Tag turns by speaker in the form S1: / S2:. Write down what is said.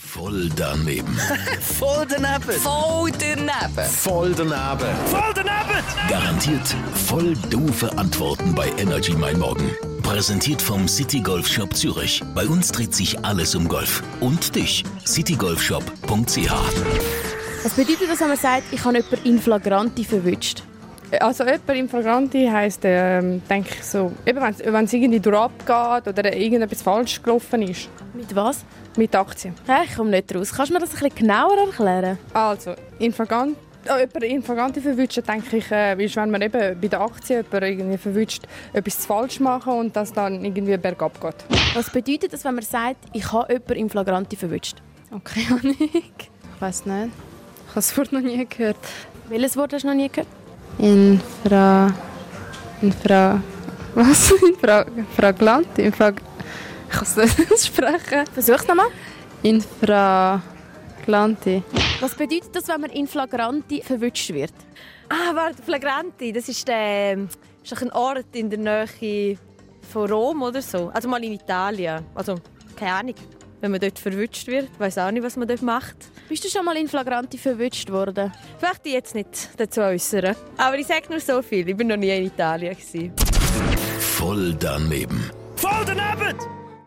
S1: Voll daneben.
S2: Voll daneben.
S3: Voll daneben.
S1: Voll daneben.
S2: Voll daneben!
S1: Garantiert voll doofe Antworten bei Energy Mein Morgen. Präsentiert vom City Golf Shop Zürich. Bei uns dreht sich alles um Golf. Und dich, citygolfshop.ch.
S4: Was bedeutet das, wenn man sagt, ich habe jemanden in flagranti verwünscht?
S5: Also jemand im Flagranti heisst, ähm, denke ich so, eben wenn es irgendwie durchab geht oder irgendetwas falsch gelaufen ist
S4: Mit was?
S5: mit Aktien.
S4: Hä, ich komme nicht raus. Kannst du mir das ein bisschen genauer erklären?
S5: Also, in Flagranti, äh, jemand in Flagranti verwünscht, denke ich, äh, ist, wenn man eben bei der Aktie jemanden irgendwie verwünscht, etwas zu falsch machen und das dann irgendwie bergab geht.
S4: Was bedeutet das, wenn man sagt, ich habe jemanden in flagranti verwünscht?
S5: Okay, Anik.
S4: Ich weiss nicht.
S5: Ich habe das Wort noch nie gehört.
S4: Welches Wort hast du noch nie gehört?
S5: Infra... Infra... Was? Infra... Fraglanti? Infra... Ich kann es nicht aussprechen.
S4: Versuch's nochmal.
S5: Infraglanti.
S4: Was bedeutet das, wenn man in flagranti verwünscht wird?
S6: Ah, warte, Flagranti, das ist, äh, ist doch ein Ort in der Nähe von Rom oder so. Also mal in Italien. Also, keine Ahnung. Wenn man dort verwünscht wird, weiß auch nicht, was man dort macht.
S4: Bist du schon mal in flagranti verwünscht worden?
S6: Ich möchte ich jetzt nicht dazu äußern. Aber ich sage nur so viel. Ich bin noch nie in Italien. Gewesen.
S1: Voll daneben.
S2: Voll daneben!